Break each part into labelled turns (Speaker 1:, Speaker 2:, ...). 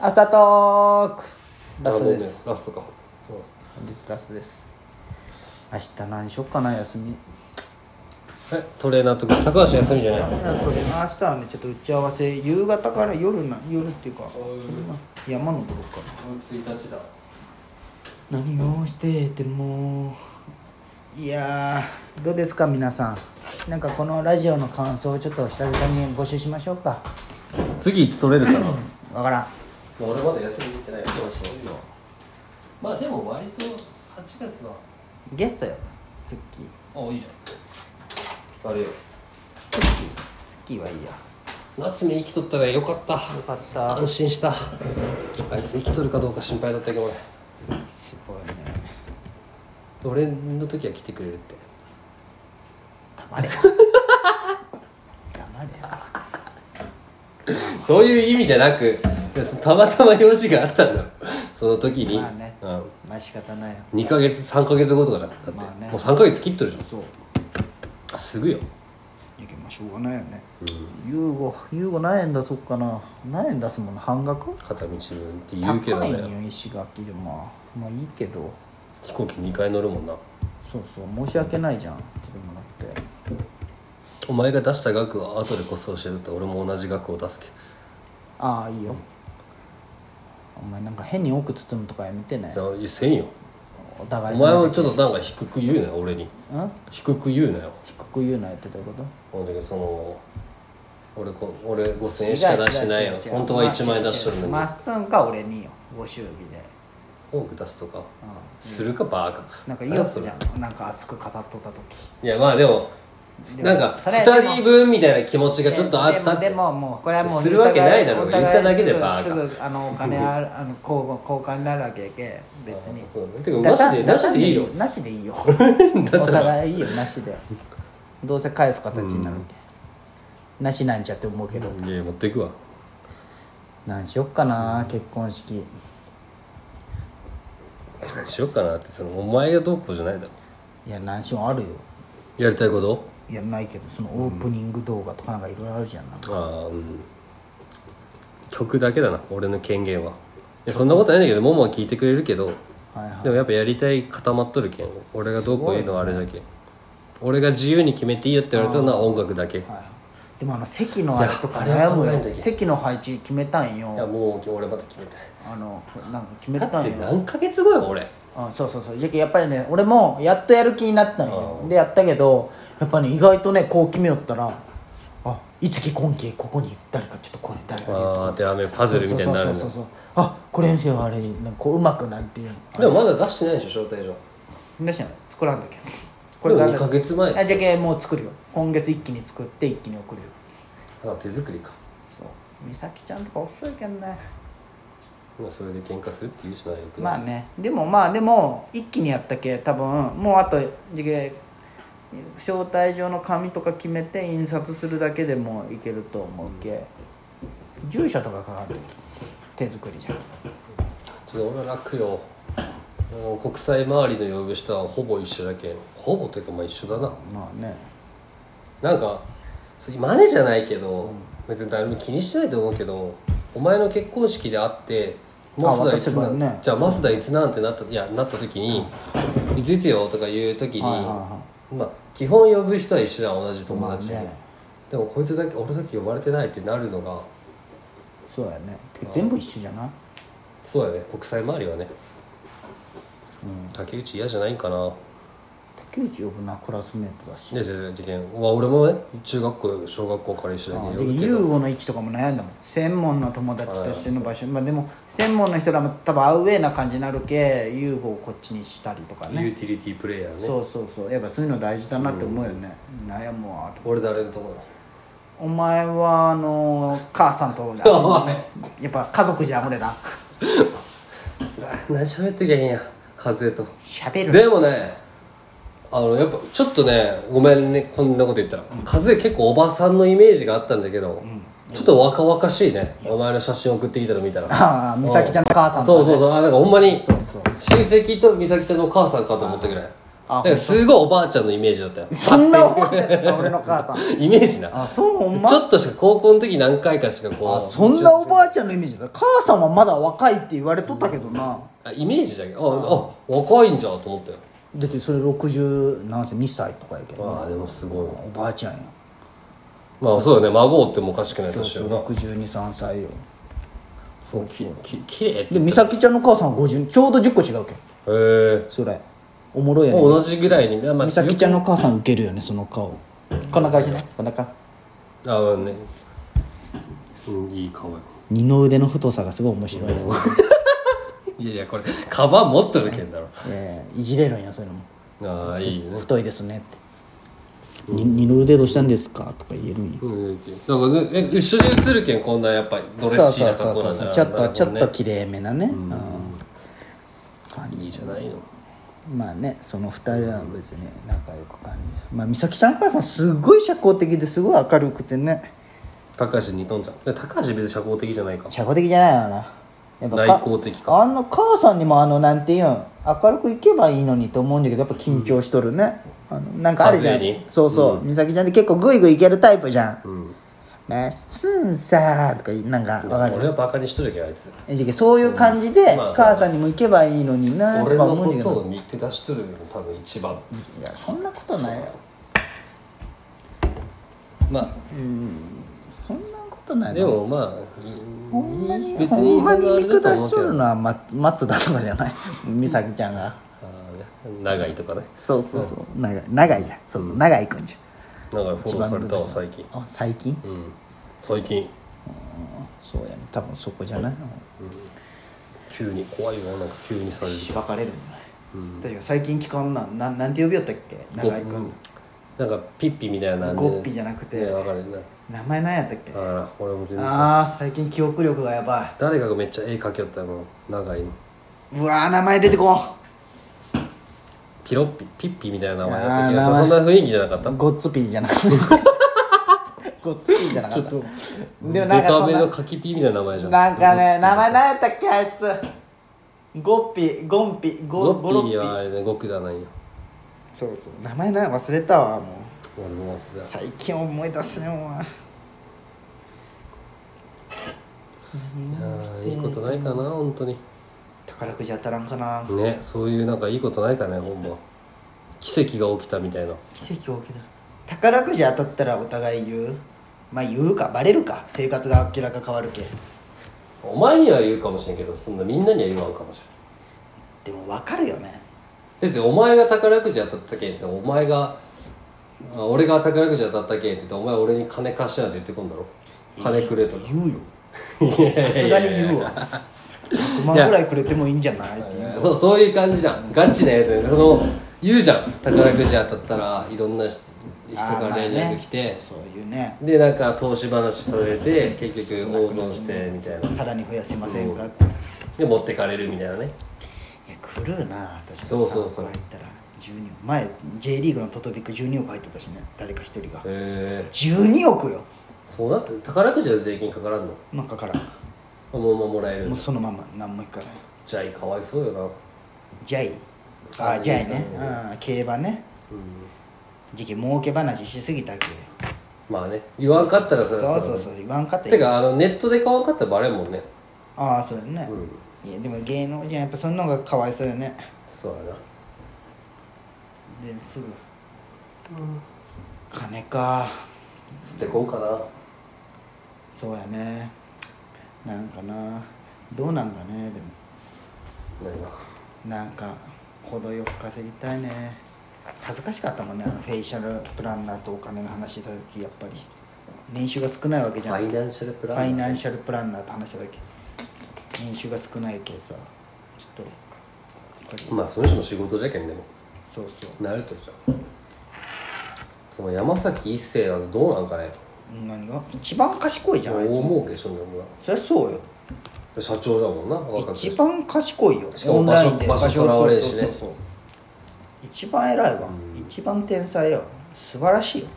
Speaker 1: アフタートークラストです
Speaker 2: あごめんラストか
Speaker 1: 本日ラストです明日何しよっかな休み
Speaker 2: うんえトレーナーとか高橋休みじゃない
Speaker 1: 明日はねちょっと打ち合わせ夕方から夜な夜っていうか山登ろうか
Speaker 2: 1日だ
Speaker 1: な何をしててもいやーどうですか皆さんなんかこのラジオの感想をちょっと久々に募集しましょうか
Speaker 2: 次いつ取れる かな
Speaker 1: わからん
Speaker 2: 俺まだ休み行ってないそうそうそうまあでも割と8月は
Speaker 1: ゲストよツッキー
Speaker 2: あいいじゃんあれよ
Speaker 1: ツッキーツッキーはいいや
Speaker 2: 夏に生きとったらよかった
Speaker 1: よかった
Speaker 2: 安心したあいつ生きとるかどうか心配だったけど
Speaker 1: すごいね
Speaker 2: 俺俺の時は来てくれるって
Speaker 1: 黙れよ黙れよ
Speaker 2: そういう意味じゃなくたまたま用事があったんだろその時に、
Speaker 1: まあね
Speaker 2: うん
Speaker 1: まあ仕方ないよ
Speaker 2: 2ヶ月3ヶ月後とかだって、
Speaker 1: まあね
Speaker 2: もう3ヶ月切っとるじ
Speaker 1: そう
Speaker 2: ゃんすぐよ
Speaker 1: いけまあしょうがないよね優吾優吾何円出そうかな何円出すもの半額
Speaker 2: 片道分って言うけど
Speaker 1: 高いん
Speaker 2: ね
Speaker 1: よ石垣でまあまあいいけど
Speaker 2: 飛行機2回乗るもんな
Speaker 1: そうそう申し訳ないじゃん来てもらって
Speaker 2: お前が出した額は後でこそ教えるって俺も同じ額を出すけ
Speaker 1: ああいいよお前なんか変に多く包むとかやめてね
Speaker 2: じゃあせんよ
Speaker 1: お互
Speaker 2: お
Speaker 1: い
Speaker 2: 前
Speaker 1: 様じ
Speaker 2: は
Speaker 1: ゃ
Speaker 2: ちょっとなんか低く言うなよ俺に
Speaker 1: うん
Speaker 2: 低く言うなよ
Speaker 1: 低く言うなよってどういうこと
Speaker 2: ほんとにその俺こ俺5000円しか出してないよ
Speaker 1: 違う違う違う違う
Speaker 2: 本当は1万円出しとるのに、
Speaker 1: まっすんか俺によご祝儀で
Speaker 2: 多く出すとか
Speaker 1: う
Speaker 2: するかバーカ
Speaker 1: んなんかいいやつじゃんなんか熱く語っとった時
Speaker 2: いやまあでも
Speaker 1: でも
Speaker 2: なんか
Speaker 1: それでも
Speaker 2: 2人分みたいな気持ちがちょっとあったって
Speaker 1: でもでももうこれはもう
Speaker 2: するわけないだろ
Speaker 1: お互お互
Speaker 2: 言っただけで
Speaker 1: す
Speaker 2: バカ
Speaker 1: ぐすぐあのお金あるあの交交換になるわけやけ別に
Speaker 2: うんてかなしでなしでいいよ
Speaker 1: なしでいいよ お互いいいよなしでどうせ返す形になるんでなしなんちゃって思うけど
Speaker 2: いや持っていくわ
Speaker 1: なんしよっかな結婚式
Speaker 2: 何しようかなってそのお前がどうこうじゃないだろ
Speaker 1: いやなんしもあるよ
Speaker 2: やりたいこと
Speaker 1: いやないけどそのオープニング動画とかなんかいろいろあるじゃんなんか
Speaker 2: ああうん曲だけだな俺の権限はいやそんなことないんだけどももは聞いてくれるけど
Speaker 1: はいはい
Speaker 2: でもやっぱやりたい固まっとるけん俺がどうこう言うのはあれだけん俺が自由に決めていいよって言われたのは音楽だけい
Speaker 1: はいでもあの席のあれとか
Speaker 2: いやあれは
Speaker 1: 悩む
Speaker 2: 考え
Speaker 1: よ
Speaker 2: んといけん
Speaker 1: 席の配置決めたん
Speaker 2: や
Speaker 1: よ
Speaker 2: もう俺まだ決めて
Speaker 1: あのなんか決め
Speaker 2: ないだ
Speaker 1: た
Speaker 2: っ
Speaker 1: ん
Speaker 2: て
Speaker 1: よ
Speaker 2: 何ヶ月後よ俺
Speaker 1: あそうそうそうじゃけやっぱりね俺もやっとやる気になったんよでやったけどやっぱり意外とねこう決めよったらあいつき今期ここに誰かちょっとこれ誰かね
Speaker 2: ああ当てはめパズルみたいになる
Speaker 1: そうそうそう
Speaker 2: の
Speaker 1: そうあこれにしようあれなんかこううまくなんていう
Speaker 2: でもまだ出してないでしょ招待状
Speaker 1: なしな作らんときゃ
Speaker 2: これ2ヶ月前
Speaker 1: あ
Speaker 2: あ
Speaker 1: じゃけもう作るよ今月一気に作って一気に送るよ
Speaker 2: 手作りか
Speaker 1: そう美咲ちゃんとか遅いけんね
Speaker 2: まあそれで喧嘩するって言うしなよく
Speaker 1: まあねでもまあでも一気にやったけ多分もうあとじけ招待状の紙とか決めて印刷するだけでもいけると思うけ、住所とかかかる手作りじゃん
Speaker 2: ちょっと俺は楽よもう国際周りの呼ぶ人はほぼ一緒だけんほぼというかまあ一緒だな
Speaker 1: まあね
Speaker 2: なんかそう真似じゃないけど、別に誰も気にしてないと思うけどお前の結婚式で会って「
Speaker 1: あ
Speaker 2: 増田いつな
Speaker 1: 私も
Speaker 2: ん、
Speaker 1: ね
Speaker 2: じゃあ増田いつなん?」ってなったいやなった時に「いついつよ」とか言う時に、
Speaker 1: はいはいは
Speaker 2: まあ基本呼ぶ人は一緒だ同じ友
Speaker 1: まあ
Speaker 2: 達で、
Speaker 1: ね
Speaker 2: でもこいつだけ俺だけ呼ばれてないってなるのが
Speaker 1: そうやねてか全部一緒じゃない
Speaker 2: そうやね国際周りはね、竹内嫌じゃないんかな
Speaker 1: 竹内呼ぶなクラスメートだし
Speaker 2: でで事件うわ俺もね中学校小学校から一緒だけど呼ぶけ
Speaker 1: 優
Speaker 2: ど
Speaker 1: 吾の位置とかも悩んだもん専門の友達としての場所まあでも専門の人らも多分アウェーな感じになるけ優吾をこっちにしたりとかね
Speaker 2: ユーティリティプレイヤーね
Speaker 1: そうそうそうやっぱそういうの大事だなって思うよね、悩むわと
Speaker 2: 俺誰のとこ
Speaker 1: お前はあの母さんとだ
Speaker 2: お
Speaker 1: やっぱ家族じゃん俺 ら
Speaker 2: だつらい何喋ってきゃいいんや和江と
Speaker 1: 喋る
Speaker 2: でもねあのやっぱちょっとねごめんねこんなこと言ったら、和江結構おばさんのイメージがあったんだけど、ちょっと若々しいねお前の写真送ってきたの見たら
Speaker 1: ああ美咲ちゃんの母さん
Speaker 2: そう
Speaker 1: と
Speaker 2: そうそうあなんかほんまに
Speaker 1: そうそう
Speaker 2: 親戚と美咲ちゃんのお母さんかと思ったぐらい
Speaker 1: あ
Speaker 2: なんかすごいおばあちゃんのイメージだ ったよ
Speaker 1: そんな思っちゃった俺の母 さん
Speaker 2: イメージな
Speaker 1: あそうほんま
Speaker 2: ちょっとしか高校の時何回かしかこう
Speaker 1: あそんなおばあちゃんのイメージだ母さんはまだ若いって言われとったけどな、
Speaker 2: あイメージだけどああ若いんじゃんと思ったよ
Speaker 1: だってそれ60何歳2歳とかやけど
Speaker 2: まあでもすごいわ
Speaker 1: おばあちゃんや
Speaker 2: まあそうだね孫ってもおかしくない年よな
Speaker 1: 623歳よ
Speaker 2: そうきききれいって
Speaker 1: で
Speaker 2: へ
Speaker 1: 美咲ちゃんの母さんは50ちょうど10個違うけん
Speaker 2: え
Speaker 1: それおもろいやね
Speaker 2: 同じぐらいにまあ
Speaker 1: 美咲ちゃんの母さんウケるよねその顔こんな顔してねこんな顔
Speaker 2: あまあねうんいい顔よ
Speaker 1: 二の腕の太さがすごい面白い、ね
Speaker 2: いやいやこれカバン持っとるけんだろ
Speaker 1: えーいじれるんやそういうのも
Speaker 2: ああいいね
Speaker 1: 太いですねって「に二の腕どうしたんですか?」とか言えるんや
Speaker 2: うんなんかねえ後ろに映るけんこんなやっぱりドレ
Speaker 1: そ
Speaker 2: ッ
Speaker 1: う
Speaker 2: シー
Speaker 1: そう
Speaker 2: な
Speaker 1: そう
Speaker 2: 格
Speaker 1: そ
Speaker 2: 好な
Speaker 1: うん
Speaker 2: だ
Speaker 1: そ
Speaker 2: な
Speaker 1: うちょっ
Speaker 2: な
Speaker 1: と
Speaker 2: るほどね
Speaker 1: ちょっときれいめなねうん感じ
Speaker 2: いいじゃないの
Speaker 1: まあねその2人は別に仲良く感じまあ美咲ちゃんの母さんすごい社交的ですごい明るくてね
Speaker 2: 高橋に飛んじゃうで高橋別に社交的じゃないか
Speaker 1: 社交的じゃないよなやっぱ
Speaker 2: 内向的
Speaker 1: あの母さんにもあのなんていうん明るくいけばいいのにと思うんだけどやっぱ緊張しとるね、あのなんかあるじゃん
Speaker 2: 風に
Speaker 1: そうそう、美咲ちゃんって結構グイグイいけるタイプじゃん「まっすんさー」とかなんかわかる
Speaker 2: 俺はバカにしとるけんあいつ
Speaker 1: えじゃけそういう感じで
Speaker 2: まあ
Speaker 1: 母さんにも行けばいいのにな
Speaker 2: 俺
Speaker 1: とか
Speaker 2: の
Speaker 1: 思うん
Speaker 2: こ
Speaker 1: だけ
Speaker 2: と
Speaker 1: ど
Speaker 2: を見下しとるの多分一番
Speaker 1: いやそんなことないよ
Speaker 2: まあ
Speaker 1: そんなことない
Speaker 2: で
Speaker 1: よ
Speaker 2: もま
Speaker 1: ほんまに
Speaker 2: 別
Speaker 1: ほ
Speaker 2: に
Speaker 1: んまに見
Speaker 2: そんなあれだ
Speaker 1: 下
Speaker 2: とは思う
Speaker 1: し
Speaker 2: けど
Speaker 1: とるのはま松田とかじゃない 美咲ちゃんが
Speaker 2: ああ長いとかね
Speaker 1: そうそうそう長い長いじゃんそうそう長いくんじゃん
Speaker 2: 長いフォローされたわ最近
Speaker 1: あ最近
Speaker 2: うん最近
Speaker 1: そうやね多分そこじゃない
Speaker 2: 急に怖いよななんか急にされる
Speaker 1: しばかれるんじゃない、確か最近聞かんなななんて呼びよったっけ長井君、
Speaker 2: うんなんかピッピみたいな
Speaker 1: ゴッピじゃなくて
Speaker 2: ねわかるな
Speaker 1: 名前なんやったっけ、
Speaker 2: だから俺も全然
Speaker 1: ああ最近記憶力がやば
Speaker 2: 誰かがめっちゃ絵描きよったの長いの
Speaker 1: いうわー名前出てこん
Speaker 2: ピロッピピッピみたいな名前だった
Speaker 1: あー
Speaker 2: 気が
Speaker 1: 名
Speaker 2: する
Speaker 1: 前
Speaker 2: そんな雰囲気じゃなかった
Speaker 1: ゴッツピーじゃなかったゴッツピーじゃなかった でもなん
Speaker 2: デ
Speaker 1: かそ
Speaker 2: カ
Speaker 1: ん
Speaker 2: めの
Speaker 1: な
Speaker 2: 柿ピーみたいな名前じゃん
Speaker 1: なんかね名前なんやったっけあいつゴッピーゴンピーゴ
Speaker 2: ゴ
Speaker 1: ゴロ
Speaker 2: ッ
Speaker 1: ッ
Speaker 2: ピ
Speaker 1: ピ
Speaker 2: ーは
Speaker 1: ー
Speaker 2: あれねゴクだないよ
Speaker 1: そうそう名前なんや忘れたわもう
Speaker 2: 俺も忘れた
Speaker 1: 最近思い出せんわ
Speaker 2: いやーいいことないかな本当に
Speaker 1: 宝くじ当たらんかな
Speaker 2: ねそういうなんかいいことないかねほんま奇跡が起きたみたいな
Speaker 1: 奇跡起きた宝くじ当たったらお互い言うまあ言うかバレるか生活が明らか変わるけ
Speaker 2: お前には言うかもしれんけどそんなみんなには言わんかもし
Speaker 1: でも分かるよね
Speaker 2: れんだってお前が宝くじ当たったけんってお前があ俺が宝くじ当たったけんって言ってお前俺に金貸しなんて言ってこんだろ金くれとか
Speaker 1: 言うよさすがに言うわ100万ぐらいくれてもいいんじゃないっていう
Speaker 2: そうそういう感じじゃんガチなやつねその言うじゃん宝くじ当たったらいろんな人から連絡来て、
Speaker 1: そういうね
Speaker 2: でなんか投資話されて結局大損してみたいな
Speaker 1: さらに増やせませんかってい
Speaker 2: で持ってかれるみたいなね
Speaker 1: や狂うな確か
Speaker 2: そうそうそう
Speaker 1: 入ったら12億前 J リーグのトトビック12億入ってたしね誰か一人が
Speaker 2: へえ
Speaker 1: 12億よ
Speaker 2: そうなって宝くじは税金かからんの
Speaker 1: なんかから
Speaker 2: あもうまあもらえる
Speaker 1: もうそのまま何もいかない
Speaker 2: じゃあかわいそうよな
Speaker 1: ジャイあジャイねうん競馬ね時期儲け話しすぎたわけ
Speaker 2: まあね言わんかったらそ
Speaker 1: そう
Speaker 2: れは
Speaker 1: そうそう言わんかった
Speaker 2: て
Speaker 1: よ
Speaker 2: かあのネットで買わんかったらバレんもんね
Speaker 1: ああそうだよねいやでも芸能人はやっぱそんなのがかわいそうよね
Speaker 2: そうやな
Speaker 1: ですぐ金か
Speaker 2: 吸ってこうかな
Speaker 1: そうやねなんかなどうなんかねでもな
Speaker 2: 何が
Speaker 1: んか程よく稼ぎたいね恥ずかしかったもんねあのフェイシャルプランナーとお金の話した時やっぱり年収が少ないわけじ
Speaker 2: フ
Speaker 1: ゃん
Speaker 2: ァイナンシャルプ
Speaker 1: フ
Speaker 2: ラ
Speaker 1: ァイ
Speaker 2: ンナー
Speaker 1: ナンシャルプランナーと話した時年収が少ないけどさちょっとやっぱり
Speaker 2: まあその人の仕事じゃけんでも
Speaker 1: そうそう
Speaker 2: 慣れとるじゃんその山崎一生なんてどうなんかね
Speaker 1: 何が一番賢いじゃんあい
Speaker 2: 大
Speaker 1: つも
Speaker 2: 儲けしとんじゃんもん
Speaker 1: そりゃそうよ
Speaker 2: な社長だもんな若くして
Speaker 1: 一番賢いよ
Speaker 2: しかも場所場所とらわれるしね
Speaker 1: そうそうそう一番偉いわ、一番天才よ素晴らしいよ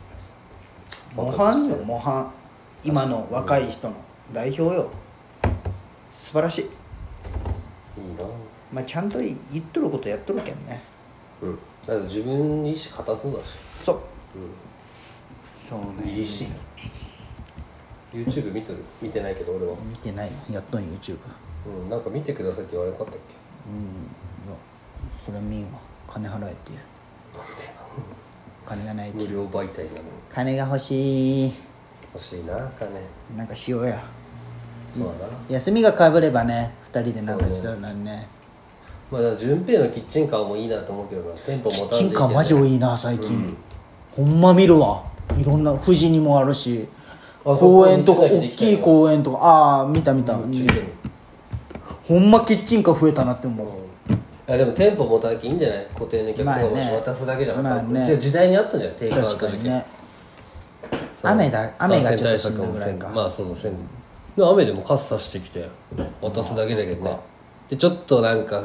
Speaker 1: 模範よ模範今の若い人の代表よ素晴らしい
Speaker 2: いいな
Speaker 1: まあちゃんと言っとることやっとるけんね
Speaker 2: うんだから自分に意志固そうだし
Speaker 1: そう、そうね
Speaker 2: いいし YouTube 見てる見てないけど俺は、
Speaker 1: 見てないのやっとん YouTube
Speaker 2: うん、なんか見てくださいって言われなかったっけ
Speaker 1: うんいやそれ見んわ金払えっていう金がないって
Speaker 2: 無料媒体なのに
Speaker 1: 金が欲しい
Speaker 2: 欲しいな金
Speaker 1: なんかしようや
Speaker 2: そうだな
Speaker 1: 休みがかぶればね2人でなんかするのにね
Speaker 2: まあだから順平のキッチンカーもいいなと思うけどな店舗
Speaker 1: キッ
Speaker 2: 持たんで
Speaker 1: チ
Speaker 2: いい
Speaker 1: ン
Speaker 2: け
Speaker 1: カ
Speaker 2: ど
Speaker 1: ーマジ多いな最近、ほんま見るわいろんな富士にもあるし
Speaker 2: あそこ
Speaker 1: 公園とか
Speaker 2: 道なりで
Speaker 1: 大
Speaker 2: きたよ
Speaker 1: きい公園とかああ見た見た、ほんまキッチンカー増えたなって思う
Speaker 2: いやでも店舗持たなきゃいいんじゃない固定の客がも
Speaker 1: まあ
Speaker 2: し
Speaker 1: ね
Speaker 2: 渡すだけじゃなくて、
Speaker 1: まあね
Speaker 2: じゃあ時代に合ったんじゃないテイクアウ
Speaker 1: 確
Speaker 2: ト
Speaker 1: か
Speaker 2: だけ
Speaker 1: にね雨だ雨がちょっとしんどいぐらいか
Speaker 2: まあそうそうせんでも雨でも傘さしてきて渡すだけだけどねでちょっとなんか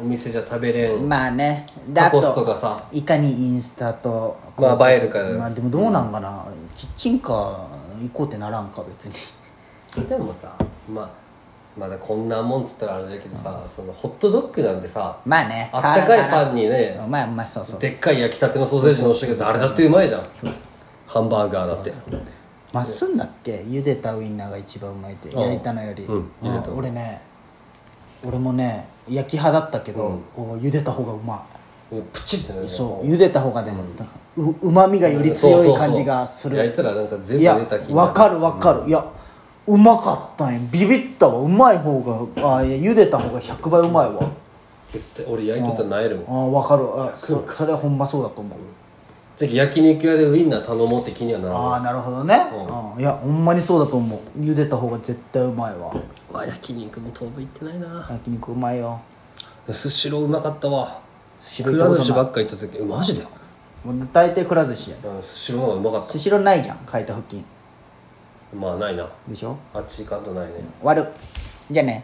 Speaker 2: お店じゃ食べれん
Speaker 1: まあね
Speaker 2: タ
Speaker 1: だ
Speaker 2: コスとか
Speaker 1: と
Speaker 2: さ
Speaker 1: いかにインスタと
Speaker 2: まあ映えるから、
Speaker 1: まあでもどうなんかな、キッチンカー行こうってならんか別に
Speaker 2: でもさまあまだこんなもんっつったらあれだけどさ、そのホットドッグなんてさ
Speaker 1: まあね
Speaker 2: あったかいパン
Speaker 1: に
Speaker 2: にね
Speaker 1: まあまあそうそう
Speaker 2: でっかい焼きたてのソーセージのしてけどあれだってうまいじゃんハンバーガーだって
Speaker 1: まっすんだっけ茹でたウインナーが一番うまいって
Speaker 2: ああ
Speaker 1: 焼いたのより、
Speaker 2: うん茹でた
Speaker 1: うん俺ね俺もね焼き派だったけど、お茹でた方がうま
Speaker 2: プチってなる
Speaker 1: いそう茹でた方がね、なんかうまみがより
Speaker 2: そう
Speaker 1: 強
Speaker 2: そう
Speaker 1: い
Speaker 2: そう
Speaker 1: 感じがする
Speaker 2: 焼いたらなんか全部
Speaker 1: いや
Speaker 2: 出た気にな
Speaker 1: わかるわかる、いやうまかったんやビビったわうまい方があいや茹でた方が100倍うまいわ
Speaker 2: 絶対俺焼いとったらなえるもん
Speaker 1: あわかるあそそれはほんまそうだと思う
Speaker 2: じゃあ焼肉屋でウインナー頼もうって気にはならない
Speaker 1: ああなるほどね、うんいやほんまにそうだと思う茹でた方が絶対うまいわ
Speaker 2: うわ焼肉も当分行ってないな
Speaker 1: 焼肉うまいよ
Speaker 2: スシローうまかったわ
Speaker 1: スシロー
Speaker 2: く
Speaker 1: 行った
Speaker 2: ら
Speaker 1: こ
Speaker 2: 寿
Speaker 1: と
Speaker 2: 司
Speaker 1: な
Speaker 2: ばっか行った時えマジで
Speaker 1: いもう大抵くら寿司や
Speaker 2: うんスシローの方がうまかっ
Speaker 1: スシローないじゃん書いた付近
Speaker 2: たまあないな
Speaker 1: でしょ
Speaker 2: あっち行かんとないね
Speaker 1: 悪っじゃあね